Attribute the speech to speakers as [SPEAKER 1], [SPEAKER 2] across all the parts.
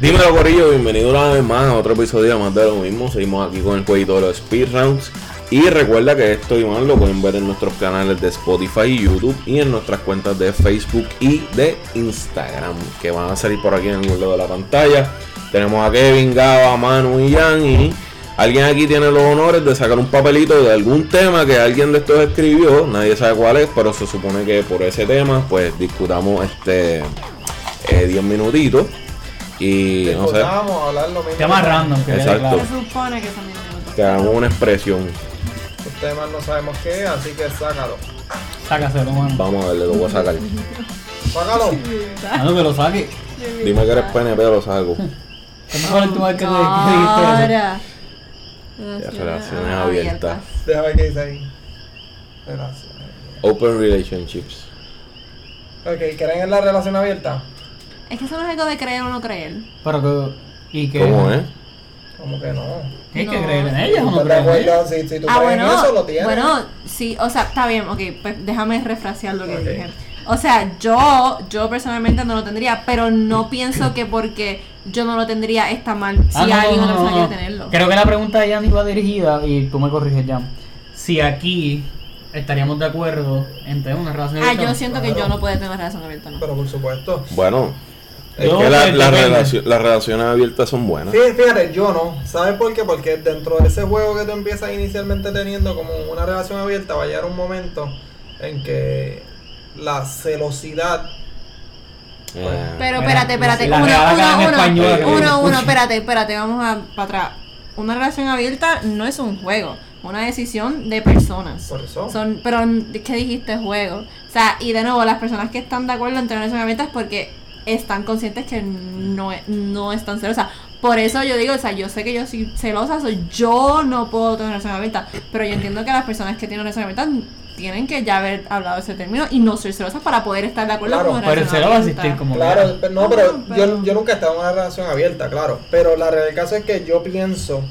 [SPEAKER 1] Dímelo, Corillo, bienvenido una vez más a otro episodio más de lo mismo. Seguimos aquí con el jueguito de los speedrounds. Y recuerda que esto y más lo pueden ver en nuestros canales de Spotify y YouTube y en nuestras cuentas de Facebook y de Instagram, que van a salir por aquí en algún lado de la pantalla. Tenemos a Kevin, Gaba, Manu y Jan. Y alguien aquí tiene los honores de sacar un papelito de algún tema que alguien de estos escribió. Nadie sabe cuál es, pero se supone que por ese tema, pues discutamos este eh, 10 minutitos. Y no sé.
[SPEAKER 2] Vamos a hablar lo mismo.
[SPEAKER 3] Tema random, que quede
[SPEAKER 1] Exacto.
[SPEAKER 3] claro.
[SPEAKER 4] Se supone que son 10 minutos.
[SPEAKER 1] que hagamos una expresión.
[SPEAKER 2] Los temas no sabemos qué, es, así que sácalo.
[SPEAKER 3] Sácaselo, mano.
[SPEAKER 1] Vamos a verle, lo voy a sacar.
[SPEAKER 2] Sácalo.
[SPEAKER 3] Mano, que lo saque.
[SPEAKER 1] Dime que eres PNP, lo saco.
[SPEAKER 3] ¿Qué mejor el tema que que dijiste eso?
[SPEAKER 4] Ahora. Ah, Relaciones,
[SPEAKER 1] Relaciones abiertas.
[SPEAKER 2] Deja ver qué dice ahí. Gracias.
[SPEAKER 1] Open relationships.
[SPEAKER 2] Ok, ¿creen en la relación abierta?
[SPEAKER 4] Es que eso no es algo de creer o no creer.
[SPEAKER 3] Pero que... ¿Y que
[SPEAKER 1] ¿Cómo es?
[SPEAKER 2] Como que no.
[SPEAKER 3] Tienes que
[SPEAKER 4] No.
[SPEAKER 3] creer en ellas o no
[SPEAKER 2] ¿Estás de
[SPEAKER 3] creer en ellas?
[SPEAKER 2] acuerdo? Si, si tú crees en eso, lo tienes.
[SPEAKER 4] Ah, bueno, sí, o sea, está bien, ok, pues déjame refrasear lo que
[SPEAKER 2] Ok.
[SPEAKER 4] dije. O sea, yo, yo personalmente no lo tendría, pero no pienso que porque yo no lo tendría está mal si
[SPEAKER 3] Ah, no,
[SPEAKER 4] alguien
[SPEAKER 3] no, no,
[SPEAKER 4] otra persona
[SPEAKER 3] no.
[SPEAKER 4] quiere tenerlo.
[SPEAKER 3] Creo que la pregunta de Jan iba dirigida, y tú me corriges, Jan. Si aquí estaríamos de acuerdo en tener una relación
[SPEAKER 4] Ah,
[SPEAKER 3] abierta.
[SPEAKER 4] yo siento que yo no puedo tener una relación abierta, no.
[SPEAKER 2] Pero por supuesto.
[SPEAKER 1] Bueno, es
[SPEAKER 3] Yo
[SPEAKER 1] que la-
[SPEAKER 3] creo
[SPEAKER 1] la
[SPEAKER 3] que depende.
[SPEAKER 1] relaci- las relaciones abiertas son buenas.
[SPEAKER 2] Fí- Fíjate, yo no. ¿Sabes por qué? Porque dentro de ese juego que tú empiezas inicialmente teniendo como una relación abierta, va a llegar un momento en que la celosidad
[SPEAKER 1] Eh,
[SPEAKER 4] Pero
[SPEAKER 3] Mira,
[SPEAKER 4] espérate, espérate.
[SPEAKER 3] la
[SPEAKER 4] Uno,
[SPEAKER 3] Real
[SPEAKER 4] uno,
[SPEAKER 3] Academia
[SPEAKER 4] uno,
[SPEAKER 3] Española
[SPEAKER 1] que
[SPEAKER 4] uno,
[SPEAKER 1] viene.
[SPEAKER 4] uno,
[SPEAKER 3] Uy.
[SPEAKER 4] espérate, espérate, vamos a para atrás. Una relación abierta no es un juego, una decisión de personas.
[SPEAKER 2] Por eso.
[SPEAKER 4] Son, pero ¿qué dijiste juego? O sea, y de nuevo, las personas que están de acuerdo en tener relación abierta es porque están conscientes que no, es- no están celosas. Por eso yo digo, o sea, yo sé que yo soy celosa, so yo no puedo tener relación abierta. Pero yo entiendo que las personas que tienen relación abierta tienen que ya haber hablado ese término y no ser celosas para poder estar de acuerdo
[SPEAKER 2] Claro.
[SPEAKER 4] con una
[SPEAKER 3] Pero el
[SPEAKER 4] relación
[SPEAKER 3] celo va a
[SPEAKER 4] abierta.
[SPEAKER 3] existir como
[SPEAKER 2] Claro,
[SPEAKER 3] quiera.
[SPEAKER 2] pero- no,
[SPEAKER 4] Ah,
[SPEAKER 2] pero,
[SPEAKER 4] pero-
[SPEAKER 2] Yo, yo nunca he estado en una relación abierta, claro. Pero la realidad del caso es que yo pienso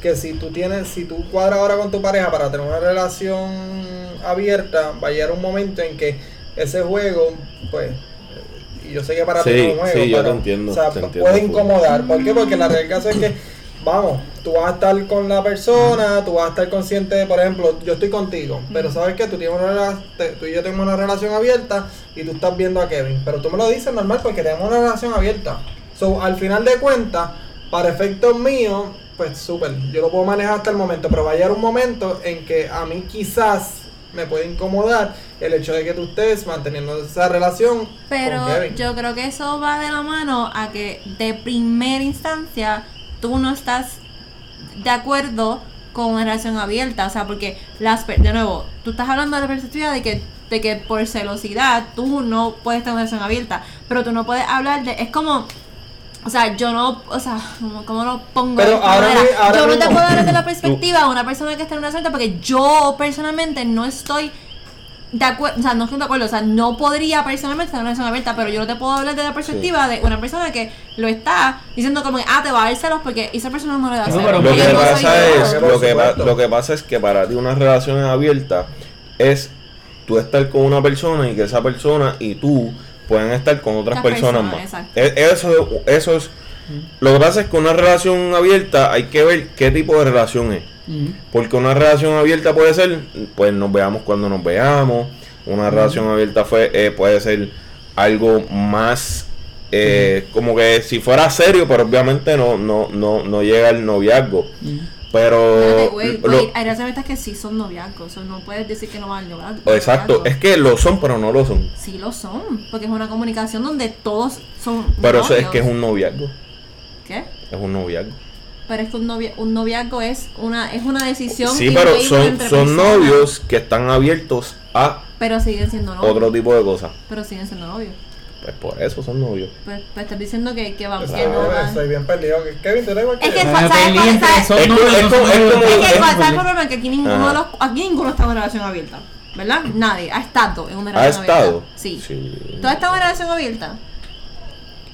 [SPEAKER 2] que si tú tienes, si tú cuadras ahora con tu pareja para tener una relación abierta, va a llegar un momento en que ese juego, pues, y yo sé que para ti
[SPEAKER 1] Sí,
[SPEAKER 2] no es un juego,
[SPEAKER 1] sí, yo
[SPEAKER 2] pero,
[SPEAKER 1] te entiendo,
[SPEAKER 2] o sea,
[SPEAKER 1] te
[SPEAKER 2] pu-
[SPEAKER 1] entiendo
[SPEAKER 2] puede
[SPEAKER 1] full.
[SPEAKER 2] incomodar. ¿Por qué? Porque la realidad del caso es que, vamos, tú vas a estar con la persona, tú vas a estar consciente de, por ejemplo, yo estoy contigo, pero sabes que tú, tienes una, rela- te- tú y yo tenemos una relación abierta y tú estás viendo a Kevin, pero tú me lo dices normal porque tenemos una relación abierta. So, al final de cuentas, para efectos míos, pues súper, yo lo puedo manejar hasta el momento, pero va a llegar un momento en que a mí quizás me puede incomodar el hecho de que tú estés manteniendo esa relación con
[SPEAKER 4] Pero
[SPEAKER 2] Kevin.
[SPEAKER 4] yo creo que eso va de la mano a que de primera instancia tú no estás de acuerdo con una relación abierta. O sea, porque las per- de nuevo, tú estás hablando de la perspectiva de que, de que por celosidad tú no puedes tener una relación abierta. Pero tú no puedes hablar de. Es como. O sea, yo no, o sea, ¿cómo, cómo lo pongo? de
[SPEAKER 2] Pero
[SPEAKER 4] esta
[SPEAKER 2] ahora
[SPEAKER 4] manera?
[SPEAKER 2] mi- ahora
[SPEAKER 4] yo no te
[SPEAKER 2] mismo-
[SPEAKER 4] puedo hablar desde la perspectiva de una persona que está en una suerte porque yo personalmente no estoy de acuerdo, o sea, no estoy de acuerdo, o sea, no podría personalmente tener una relación abierta, pero yo no te puedo hablar de la perspectiva de una persona que lo está diciendo como que, ah, te va a dar celos porque esa persona no le da
[SPEAKER 3] No,
[SPEAKER 4] celos.
[SPEAKER 3] pero
[SPEAKER 1] Lo
[SPEAKER 3] Yo
[SPEAKER 1] que
[SPEAKER 3] no soy
[SPEAKER 1] pasa
[SPEAKER 2] yo.
[SPEAKER 1] es,
[SPEAKER 2] Por
[SPEAKER 1] lo que, pa-
[SPEAKER 2] supuesto.
[SPEAKER 1] lo que pasa es que para ti una relación abierta es tú estar con una persona y que esa persona y tú puedan estar con otras
[SPEAKER 4] Otras
[SPEAKER 1] personas
[SPEAKER 4] personas,
[SPEAKER 1] más.
[SPEAKER 4] exacto.
[SPEAKER 1] E- Eso, eso es. Lo que pasa es que una relación abierta hay que ver qué tipo de relación es.
[SPEAKER 3] Mm.
[SPEAKER 1] Porque una relación abierta puede ser, pues nos veamos cuando nos veamos. Una relación abierta fue, eh, puede ser algo más, eh, como que si fuera serio, pero obviamente no, no, no, no llega el noviazgo. Pero...
[SPEAKER 4] Espérate, güey,
[SPEAKER 1] lo-
[SPEAKER 4] güey, hay relaciones abiertas que sí son noviazgos, o sea, no puedes decir que no van noviazgos.
[SPEAKER 1] exacto, es que lo son, pero no lo son.
[SPEAKER 4] Sí lo son, porque es una comunicación donde todos son
[SPEAKER 1] Pero eso es
[SPEAKER 4] novios.
[SPEAKER 1] que es un noviazgo.
[SPEAKER 4] ¿Qué?
[SPEAKER 1] Es un noviazgo.
[SPEAKER 4] Pero es que un, novia, un noviazgo es una, es una decisión
[SPEAKER 1] Sí,
[SPEAKER 4] y un
[SPEAKER 1] pero
[SPEAKER 4] vínculo
[SPEAKER 1] son,
[SPEAKER 4] entre
[SPEAKER 1] son
[SPEAKER 4] personas,
[SPEAKER 1] novios que están abiertos a
[SPEAKER 4] Pero siguen siendo novios.
[SPEAKER 1] otro tipo de cosas.
[SPEAKER 4] Pero siguen siendo novios.
[SPEAKER 1] Pues por eso son novios.
[SPEAKER 4] Pues, pues estás diciendo que, que van,
[SPEAKER 2] Exacto,
[SPEAKER 4] que no van.
[SPEAKER 2] Estoy bien perdido. Kevin, tú eres igual que
[SPEAKER 4] Es
[SPEAKER 2] yo.
[SPEAKER 4] que
[SPEAKER 3] Me
[SPEAKER 4] ¿sabes
[SPEAKER 3] peleé
[SPEAKER 4] cuál-
[SPEAKER 3] entre
[SPEAKER 4] sabes-
[SPEAKER 3] esos
[SPEAKER 1] Es como-
[SPEAKER 3] números,
[SPEAKER 1] es
[SPEAKER 3] no
[SPEAKER 1] como-
[SPEAKER 3] son
[SPEAKER 1] es
[SPEAKER 3] números,
[SPEAKER 1] como-
[SPEAKER 3] no
[SPEAKER 4] Es que
[SPEAKER 3] son
[SPEAKER 4] ¿sabes cuál es el
[SPEAKER 3] números.
[SPEAKER 4] problema? Que aquí ninguno,
[SPEAKER 1] Ajá.
[SPEAKER 4] de los, aquí ninguno está en una relación abierta. ¿Verdad? Nadie. Ha estado en una
[SPEAKER 1] ¿Ha
[SPEAKER 4] relación
[SPEAKER 1] estado?
[SPEAKER 4] abierta. Sí.
[SPEAKER 1] sí.
[SPEAKER 4] ¿Tú has estado en una relación abierta?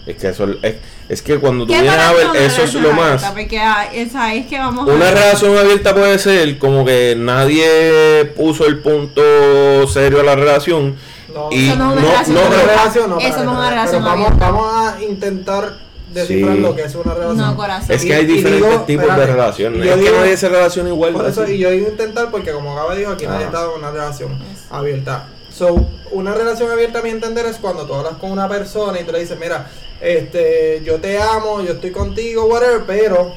[SPEAKER 1] Es que eso es, es que cuando tú
[SPEAKER 4] ¿Qué
[SPEAKER 1] vienes
[SPEAKER 4] para
[SPEAKER 1] a
[SPEAKER 4] ti
[SPEAKER 1] ver,
[SPEAKER 4] una
[SPEAKER 1] eso es
[SPEAKER 4] relación
[SPEAKER 1] lo
[SPEAKER 4] abierta?
[SPEAKER 1] más.
[SPEAKER 4] Porque ah, esa es que vamos a-
[SPEAKER 1] Una relación abierta puede ser como que nadie puso el punto serio a la relación
[SPEAKER 2] No.
[SPEAKER 1] y
[SPEAKER 4] Eso no
[SPEAKER 1] no,
[SPEAKER 4] es una
[SPEAKER 1] no,
[SPEAKER 4] relación
[SPEAKER 2] No,
[SPEAKER 1] no-
[SPEAKER 4] abierta.
[SPEAKER 2] relación, no,
[SPEAKER 4] Eso
[SPEAKER 2] para
[SPEAKER 4] no es una
[SPEAKER 2] nada.
[SPEAKER 4] relación
[SPEAKER 2] Pero vamos,
[SPEAKER 4] abierta.
[SPEAKER 2] vamos a intentar descifrar
[SPEAKER 1] Sí.
[SPEAKER 2] lo que es una relación.
[SPEAKER 4] No, corazón.
[SPEAKER 1] Es
[SPEAKER 2] Y-
[SPEAKER 1] que hay
[SPEAKER 2] y
[SPEAKER 1] diferentes
[SPEAKER 2] digo,
[SPEAKER 1] tipos de
[SPEAKER 2] espérate,
[SPEAKER 1] relaciones.
[SPEAKER 2] y yo
[SPEAKER 1] Es que
[SPEAKER 2] digo-
[SPEAKER 1] nadie se relaciona igual.
[SPEAKER 2] Por eso,
[SPEAKER 1] así.
[SPEAKER 2] y yo iba a intentar, porque como acaba dijo, aquí nadie
[SPEAKER 1] Ah.
[SPEAKER 2] está en una relación
[SPEAKER 4] Yes.
[SPEAKER 2] abierta. So, una relación abierta, a mi entender, es cuando tú hablas con una persona y tú le dices, mira, este, yo te amo, yo estoy contigo, whatever, pero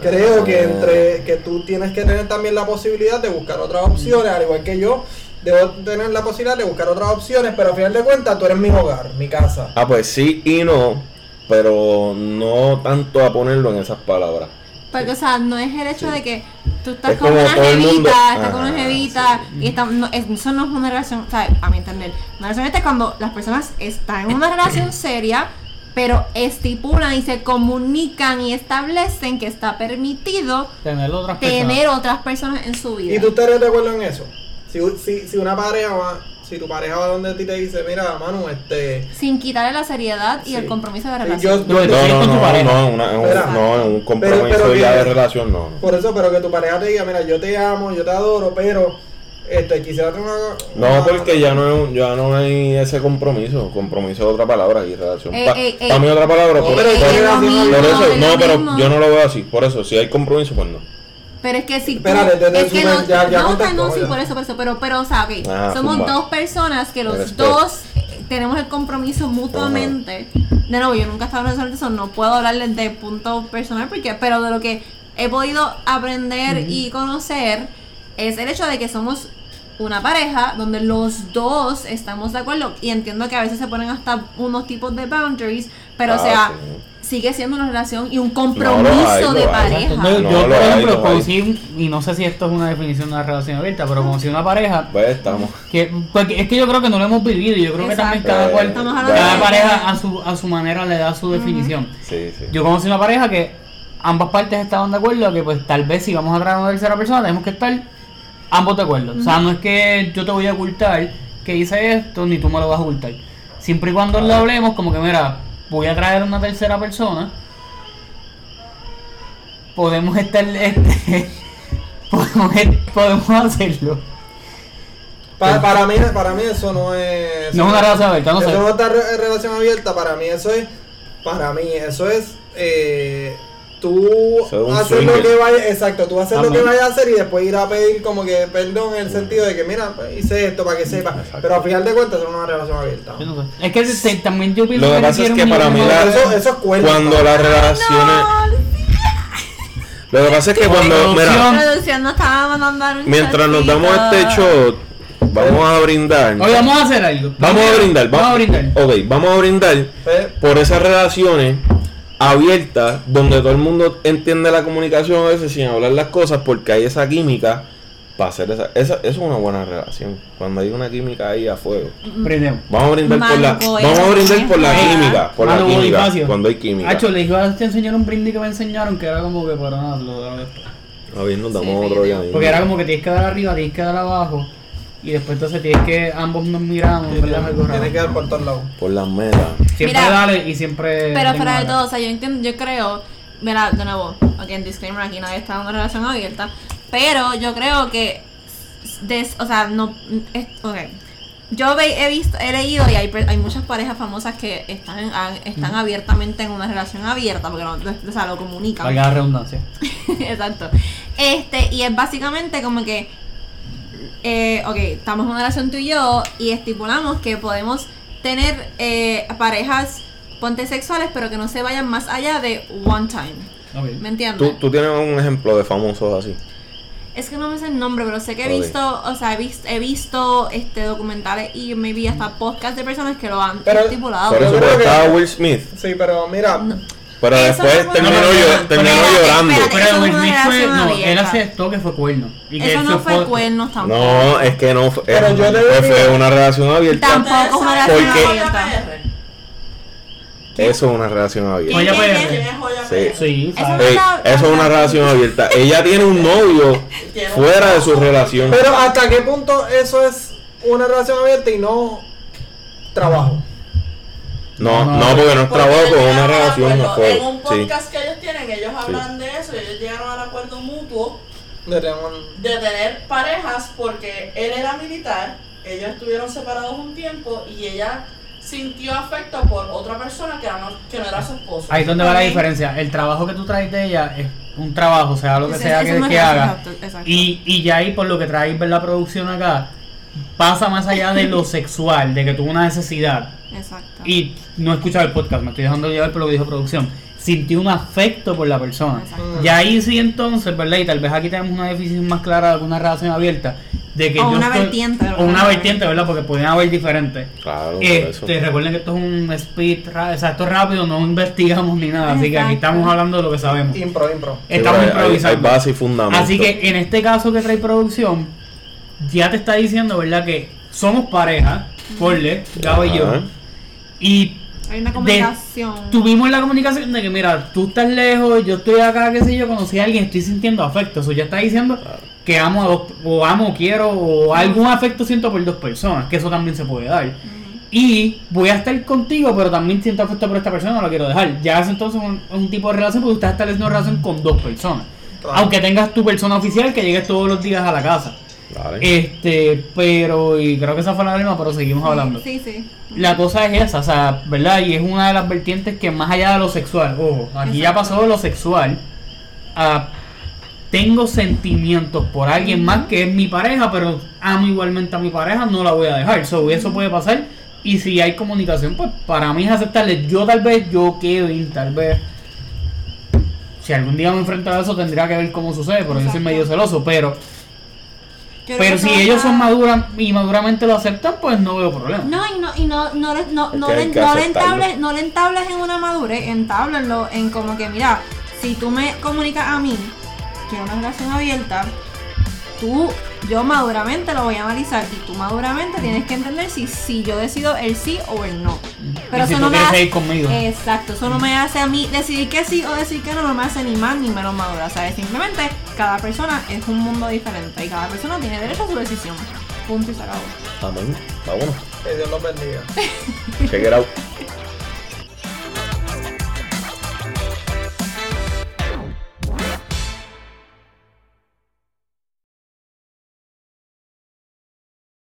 [SPEAKER 2] creo
[SPEAKER 1] Ah.
[SPEAKER 2] que entre que tú tienes que tener también la posibilidad de buscar otras opciones, al igual que yo debo tener la posibilidad de buscar otras opciones, pero al final de cuentas tú eres mi hogar, mi casa.
[SPEAKER 1] Ah, pues sí y no, pero no tanto a ponerlo en esas palabras.
[SPEAKER 4] Porque, o sea, no es el hecho
[SPEAKER 1] Sí.
[SPEAKER 4] de que tú estás
[SPEAKER 1] Es
[SPEAKER 4] con
[SPEAKER 1] como
[SPEAKER 4] una
[SPEAKER 1] todo el
[SPEAKER 4] jevita,
[SPEAKER 1] mundo-
[SPEAKER 4] estás con
[SPEAKER 1] Ah,
[SPEAKER 4] una jevita, y está- no, es- eso no es una relación, o sea, a mi entender, una relación esta es cuando las personas están en una relación seria, pero estipulan y se comunican y establecen que está permitido
[SPEAKER 3] Tener otras personas.
[SPEAKER 4] tener otras personas en su vida.
[SPEAKER 2] ¿Y tú estarías de acuerdo en eso? Si, si, si una pareja va, si tu pareja va donde a ti te dice, mira, Manu, este...
[SPEAKER 4] Sin quitarle la seriedad y el compromiso de la
[SPEAKER 2] Sí,
[SPEAKER 4] relación.
[SPEAKER 2] yo-
[SPEAKER 3] No,
[SPEAKER 1] No,
[SPEAKER 3] entonces,
[SPEAKER 1] no,
[SPEAKER 3] con tu
[SPEAKER 1] no,
[SPEAKER 3] pareja.
[SPEAKER 1] no, una- un-
[SPEAKER 2] Espera.
[SPEAKER 1] no, un compromiso
[SPEAKER 2] Pero- pero
[SPEAKER 1] ya
[SPEAKER 2] que-
[SPEAKER 1] de relación, no. no.
[SPEAKER 2] Por eso, pero que tu pareja te diga, mira, yo te amo, yo te adoro, pero este, quisiera tener una...
[SPEAKER 1] No, porque ya no, es un- ya no hay ese compromiso. Compromiso es otra palabra y relación.
[SPEAKER 4] Ey,
[SPEAKER 1] Para
[SPEAKER 4] ey, ey.
[SPEAKER 1] mí otra palabra,
[SPEAKER 2] No,
[SPEAKER 1] por,
[SPEAKER 2] pero
[SPEAKER 1] por-
[SPEAKER 4] eh. es
[SPEAKER 2] que
[SPEAKER 4] lo
[SPEAKER 2] por
[SPEAKER 4] mismo,
[SPEAKER 1] por eso,
[SPEAKER 4] es
[SPEAKER 1] no,
[SPEAKER 4] lo
[SPEAKER 1] pero
[SPEAKER 4] mismo.
[SPEAKER 1] yo no lo veo así. Por eso, si hay compromiso, pues no.
[SPEAKER 4] Pero es que si tú-
[SPEAKER 2] Espérate, te- te
[SPEAKER 4] es que
[SPEAKER 2] suben,
[SPEAKER 4] no,
[SPEAKER 2] ya- ya
[SPEAKER 4] no,
[SPEAKER 2] contestó,
[SPEAKER 4] no, sí,
[SPEAKER 2] ya.
[SPEAKER 4] por eso, por eso, pero, pero, o sea, ok,
[SPEAKER 1] Ah,
[SPEAKER 4] somos
[SPEAKER 1] zumba.
[SPEAKER 4] dos personas que los
[SPEAKER 1] Respeto.
[SPEAKER 4] dos eh, tenemos el compromiso mutuamente. De nuevo, yo nunca he estado en una relación de eso, no puedo hablarles de punto personal, porque, pero de lo que he podido aprender y conocer es el hecho de que somos una pareja donde los dos estamos de acuerdo y entiendo que a veces se ponen hasta unos tipos de boundaries, pero o
[SPEAKER 1] Ah,
[SPEAKER 4] sea,
[SPEAKER 1] sí.
[SPEAKER 4] sigue siendo una relación y un compromiso
[SPEAKER 1] lo
[SPEAKER 4] de
[SPEAKER 1] hay.
[SPEAKER 4] pareja.
[SPEAKER 3] Exacto.
[SPEAKER 1] Ah, No,
[SPEAKER 3] Yo, yo,
[SPEAKER 1] lo
[SPEAKER 3] por
[SPEAKER 1] hay,
[SPEAKER 3] ejemplo,
[SPEAKER 1] lo hay.
[SPEAKER 3] conocí, y no sé si esto es una definición de una relación abierta, pero conocí una pareja
[SPEAKER 1] Pues estamos.
[SPEAKER 3] que porque es que yo creo que no lo hemos vivido, y yo creo
[SPEAKER 4] Exacto.
[SPEAKER 3] que también cada
[SPEAKER 1] Eh,
[SPEAKER 3] cual,
[SPEAKER 1] Estamos
[SPEAKER 3] cada
[SPEAKER 1] hablando de-
[SPEAKER 3] pareja a su, a su manera le da su definición.
[SPEAKER 1] Sí, sí.
[SPEAKER 3] Yo conocí una pareja que ambas partes estaban de acuerdo que pues tal vez si vamos a traer a una tercera persona tenemos que estar ambos de acuerdo. O sea, no es que yo te voy a ocultar que hice esto ni tú me lo vas a ocultar. Siempre y cuando lo hablemos como que mira, voy a traer a una tercera persona. Podemos estar este podemos, podemos hacerlo.
[SPEAKER 2] Pa- para, mí, para mí eso no es...
[SPEAKER 3] No es una relación abierta, no sé.
[SPEAKER 2] Eso no está re- relación abierta, para mí eso es... Para mí eso es... Eh, tú
[SPEAKER 1] Eso es un
[SPEAKER 2] haces lo
[SPEAKER 1] swinger.
[SPEAKER 2] que vayas... Exacto, tú haces lo
[SPEAKER 3] Amén.
[SPEAKER 2] que vayas a hacer y después ir a pedir como que perdón en el sentido de que, mira, pues, hice esto para que sepa.
[SPEAKER 1] Exacto.
[SPEAKER 2] Pero al final de cuentas eso no es una relación abierta.
[SPEAKER 3] Yo no sé. Es que te- también yo pienso
[SPEAKER 1] Lo que pasa es
[SPEAKER 3] requiere
[SPEAKER 1] que
[SPEAKER 3] un
[SPEAKER 1] para mí
[SPEAKER 3] nivel
[SPEAKER 1] la-
[SPEAKER 3] de-
[SPEAKER 2] Eso, eso es cuerda.
[SPEAKER 1] Cuando las relaciones. Lo que pasa es que cuando. Mira,
[SPEAKER 3] Producción.
[SPEAKER 4] Producción nos estaba mandando a dar un
[SPEAKER 1] mientras nos damos este
[SPEAKER 4] shotcito.
[SPEAKER 1] shot, vamos a brindar.
[SPEAKER 3] Oye, vamos a hacer algo.
[SPEAKER 1] Vamos a brindar.
[SPEAKER 3] Vamos a brindar.
[SPEAKER 1] Ok, vamos a brindar
[SPEAKER 2] Eh,
[SPEAKER 1] por esas relaciones abiertas donde todo el mundo entiende la comunicación a veces sin hablar las cosas porque hay esa química para hacer esa. esa eso es una buena relación. Cuando hay una química ahí a fuego.
[SPEAKER 3] Brindemos.
[SPEAKER 1] Vamos a brindar por la,
[SPEAKER 4] Mango,
[SPEAKER 1] vamos a brindar por la
[SPEAKER 4] eh.
[SPEAKER 1] química, por la
[SPEAKER 3] Mano,
[SPEAKER 1] química,
[SPEAKER 3] Bonifacio.
[SPEAKER 1] cuando hay química.
[SPEAKER 3] Hacho, le iba a enseñar un brindis que me enseñaron que era como que para nada, lo daba después.
[SPEAKER 1] A ver, nos damos
[SPEAKER 4] Sí,
[SPEAKER 1] otro
[SPEAKER 4] sí,
[SPEAKER 1] día.
[SPEAKER 3] Porque era como que tienes que dar arriba, tienes que dar abajo. Y después entonces tienes que, ambos nos miramos, en ¿verdad? Me
[SPEAKER 2] Tiene que
[SPEAKER 3] corramos.
[SPEAKER 2] dar por todos lados.
[SPEAKER 1] Por las metas.
[SPEAKER 3] Siempre
[SPEAKER 4] Mira,
[SPEAKER 3] dale y siempre.
[SPEAKER 1] eh,
[SPEAKER 4] Pero fuera de
[SPEAKER 3] dale.
[SPEAKER 4] todo, o sea, yo entiendo, yo creo, mira, de nuevo, ok, en disclaimer aquí nadie está en una relación abierta, pero yo creo que, des- o sea, no, es- ok. Yo ve- he visto, he leído y hay, per- hay muchas parejas famosas que están, en- han- están abiertamente en una relación abierta, porque no, o sea, lo comunican.
[SPEAKER 3] Valga la redundancia.
[SPEAKER 4] Exacto. Este, y es básicamente como que, eh, ok, estamos en una relación tú y yo y estipulamos que podemos tener eh, parejas ponte sexuales, pero que no se vayan más allá de one time. ¿Me
[SPEAKER 3] Ok.
[SPEAKER 4] entiendes?
[SPEAKER 1] ¿Tú, tú tienes un ejemplo de famosos así.
[SPEAKER 4] Es que no me sé el nombre, pero sé que he
[SPEAKER 1] Ok.
[SPEAKER 4] visto, o sea, he visto, he visto este documentales y maybe hasta podcast de personas que lo han
[SPEAKER 2] Pero-
[SPEAKER 4] estipulado.
[SPEAKER 1] Por
[SPEAKER 2] yo
[SPEAKER 1] eso
[SPEAKER 2] creo
[SPEAKER 1] pues,
[SPEAKER 2] que-
[SPEAKER 1] estaba Will Smith.
[SPEAKER 2] Sí, pero mira,
[SPEAKER 1] Pero
[SPEAKER 4] Eso
[SPEAKER 1] después
[SPEAKER 4] no fue-
[SPEAKER 1] terminó,
[SPEAKER 3] No, no,
[SPEAKER 1] llo-
[SPEAKER 3] no,
[SPEAKER 1] terminó
[SPEAKER 4] espérate,
[SPEAKER 1] llorando.
[SPEAKER 4] espérate. Eso
[SPEAKER 3] Pero
[SPEAKER 4] no
[SPEAKER 3] Will Smith
[SPEAKER 4] era
[SPEAKER 3] fue.
[SPEAKER 4] relación
[SPEAKER 3] No,
[SPEAKER 4] abierta.
[SPEAKER 3] él aceptó que fue cuerno. Y que
[SPEAKER 4] Eso no fue
[SPEAKER 3] pod-
[SPEAKER 4] cuernos tampoco.
[SPEAKER 1] No, es que no fue,
[SPEAKER 2] Pero
[SPEAKER 1] eh,
[SPEAKER 2] yo le
[SPEAKER 1] no
[SPEAKER 2] digo-
[SPEAKER 1] fue una relación abierta.
[SPEAKER 4] Tampoco es una relación
[SPEAKER 1] Porque-
[SPEAKER 4] abierta.
[SPEAKER 1] Eso es una relación abierta.
[SPEAKER 4] ¿Quién-
[SPEAKER 3] Joya
[SPEAKER 4] quién
[SPEAKER 3] PR.
[SPEAKER 4] es?
[SPEAKER 1] Sí.
[SPEAKER 3] Sí,
[SPEAKER 4] Eso
[SPEAKER 3] sabe.
[SPEAKER 1] Ey, eso es una relación abierta. Ella tiene un novio fuera de su relación.
[SPEAKER 2] pero hasta qué punto eso es una relación abierta y no trabajo.
[SPEAKER 1] No,
[SPEAKER 3] No,
[SPEAKER 1] no,
[SPEAKER 3] no.
[SPEAKER 1] porque no es
[SPEAKER 5] Porque
[SPEAKER 1] trabajo,
[SPEAKER 5] ellos
[SPEAKER 1] es una
[SPEAKER 5] llegaron al
[SPEAKER 1] relación. No
[SPEAKER 5] acuerdo.
[SPEAKER 1] fue.
[SPEAKER 5] En un
[SPEAKER 1] Sí.
[SPEAKER 5] podcast que ellos tienen, ellos hablan de eso, y ellos llegaron al acuerdo mutuo
[SPEAKER 2] De tener un-
[SPEAKER 5] de tener parejas porque él era militar, ellos estuvieron separados un tiempo y ella sintió afecto por otra persona que, era no, que no era su esposo.
[SPEAKER 3] Ahí es donde va la
[SPEAKER 4] Ok.
[SPEAKER 3] diferencia. El trabajo que tú traes de ella es un trabajo, sea lo que
[SPEAKER 4] Ese-
[SPEAKER 3] sea
[SPEAKER 4] ese
[SPEAKER 3] que,
[SPEAKER 4] no es
[SPEAKER 3] que
[SPEAKER 4] el
[SPEAKER 3] haga.
[SPEAKER 4] concepto, exacto.
[SPEAKER 3] Y, y ya ahí, por lo que traes ver la producción acá, pasa más allá de lo sexual, de que tuvo una necesidad.
[SPEAKER 4] Exacto.
[SPEAKER 3] Y no he escuchado el podcast, me estoy dejando llevar por lo que dijo producción. Sintió un afecto por la persona.
[SPEAKER 4] Exacto.
[SPEAKER 3] Y ahí sí entonces, ¿verdad? Y tal vez aquí tenemos una definición más clara de una relación abierta. De que
[SPEAKER 4] O
[SPEAKER 3] yo
[SPEAKER 4] una
[SPEAKER 3] estoy-
[SPEAKER 4] vertiente, de lo
[SPEAKER 3] O
[SPEAKER 4] que
[SPEAKER 3] una
[SPEAKER 4] llaman.
[SPEAKER 3] vertiente, ¿verdad? Porque pueden haber diferentes.
[SPEAKER 1] Claro, por eso.
[SPEAKER 3] Este, recuerden que esto es un speed, ra- o sea, esto es rápido, no investigamos ni nada, así que aquí
[SPEAKER 4] Exacto.
[SPEAKER 3] estamos hablando de lo que sabemos.
[SPEAKER 2] Impro, impro.
[SPEAKER 1] Sí,
[SPEAKER 3] Estamos
[SPEAKER 1] pero hay- hay- Hay,
[SPEAKER 3] improvisando.
[SPEAKER 1] base y fundamento.
[SPEAKER 3] Así que en este caso que trae producción, ya te está diciendo, ¿verdad? Que somos pareja, Porle, Gabo y yo,
[SPEAKER 1] Ajá.
[SPEAKER 3] y
[SPEAKER 4] Hay una comunicación.
[SPEAKER 3] tuvimos la comunicación de que, mira, tú estás lejos, yo estoy acá, qué sé yo, conocí a alguien, estoy sintiendo afecto. Eso ya está diciendo que amo a dos, o amo, quiero, o algún afecto siento por dos personas, que eso también se puede dar. Y voy a estar contigo, pero también siento afecto por esta persona, no la quiero dejar. Ya es entonces un, un tipo de relación, porque tú estás estableciendo una relación con dos personas.
[SPEAKER 2] Claro.
[SPEAKER 3] Aunque tengas tu persona oficial que llegues todos los días a la casa.
[SPEAKER 1] Dale.
[SPEAKER 3] Este, pero, y creo que esa fue la misma, pero seguimos hablando.
[SPEAKER 4] Sí, sí.
[SPEAKER 3] La cosa es esa, o sea, ¿verdad? Y es una de las vertientes que más allá de lo sexual, ojo, aquí ya
[SPEAKER 4] Exacto.
[SPEAKER 3] pasó de lo sexual a tengo sentimientos por alguien más que es mi pareja, pero amo igualmente a mi pareja, no la voy a dejar. So, eso puede pasar. Y si hay comunicación, pues para mí es aceptarle. Yo tal vez, yo Kevin, tal vez. Si algún día me enfrento a eso, tendría que ver cómo sucede, pero yo soy
[SPEAKER 4] Exacto.
[SPEAKER 3] medio celoso. Pero,
[SPEAKER 4] Yo creo
[SPEAKER 3] pero
[SPEAKER 4] que
[SPEAKER 3] si
[SPEAKER 4] todo
[SPEAKER 3] ellos
[SPEAKER 4] está-
[SPEAKER 3] son maduras y maduramente lo aceptan, pues no veo problema.
[SPEAKER 4] No, y no, y no, no, le- no, no,
[SPEAKER 1] que
[SPEAKER 4] le-
[SPEAKER 1] hay que
[SPEAKER 4] no le
[SPEAKER 1] aceptarlo.
[SPEAKER 4] entables, no le entables en una madurez, entablenlo en como que, mira, si tú me comunicas a mí que es una relación abierta, tú, yo maduramente lo voy a analizar y tú maduramente tienes que entender si, si yo decido el sí o el no. Pero
[SPEAKER 3] Y si
[SPEAKER 4] eso
[SPEAKER 3] tú
[SPEAKER 4] no eh, me
[SPEAKER 3] quieres
[SPEAKER 4] hace-
[SPEAKER 3] seguir conmigo.
[SPEAKER 4] Exacto, eso no me hace a mí decidir que sí o decidir que no, no me hace ni más ni menos madura, ¿sabes? Simplemente cada persona es un mundo diferente y cada persona tiene derecho a su decisión. Punto y se acabó.
[SPEAKER 1] Amén. Está bueno.
[SPEAKER 2] Que Dios los bendiga.
[SPEAKER 1] Check it out.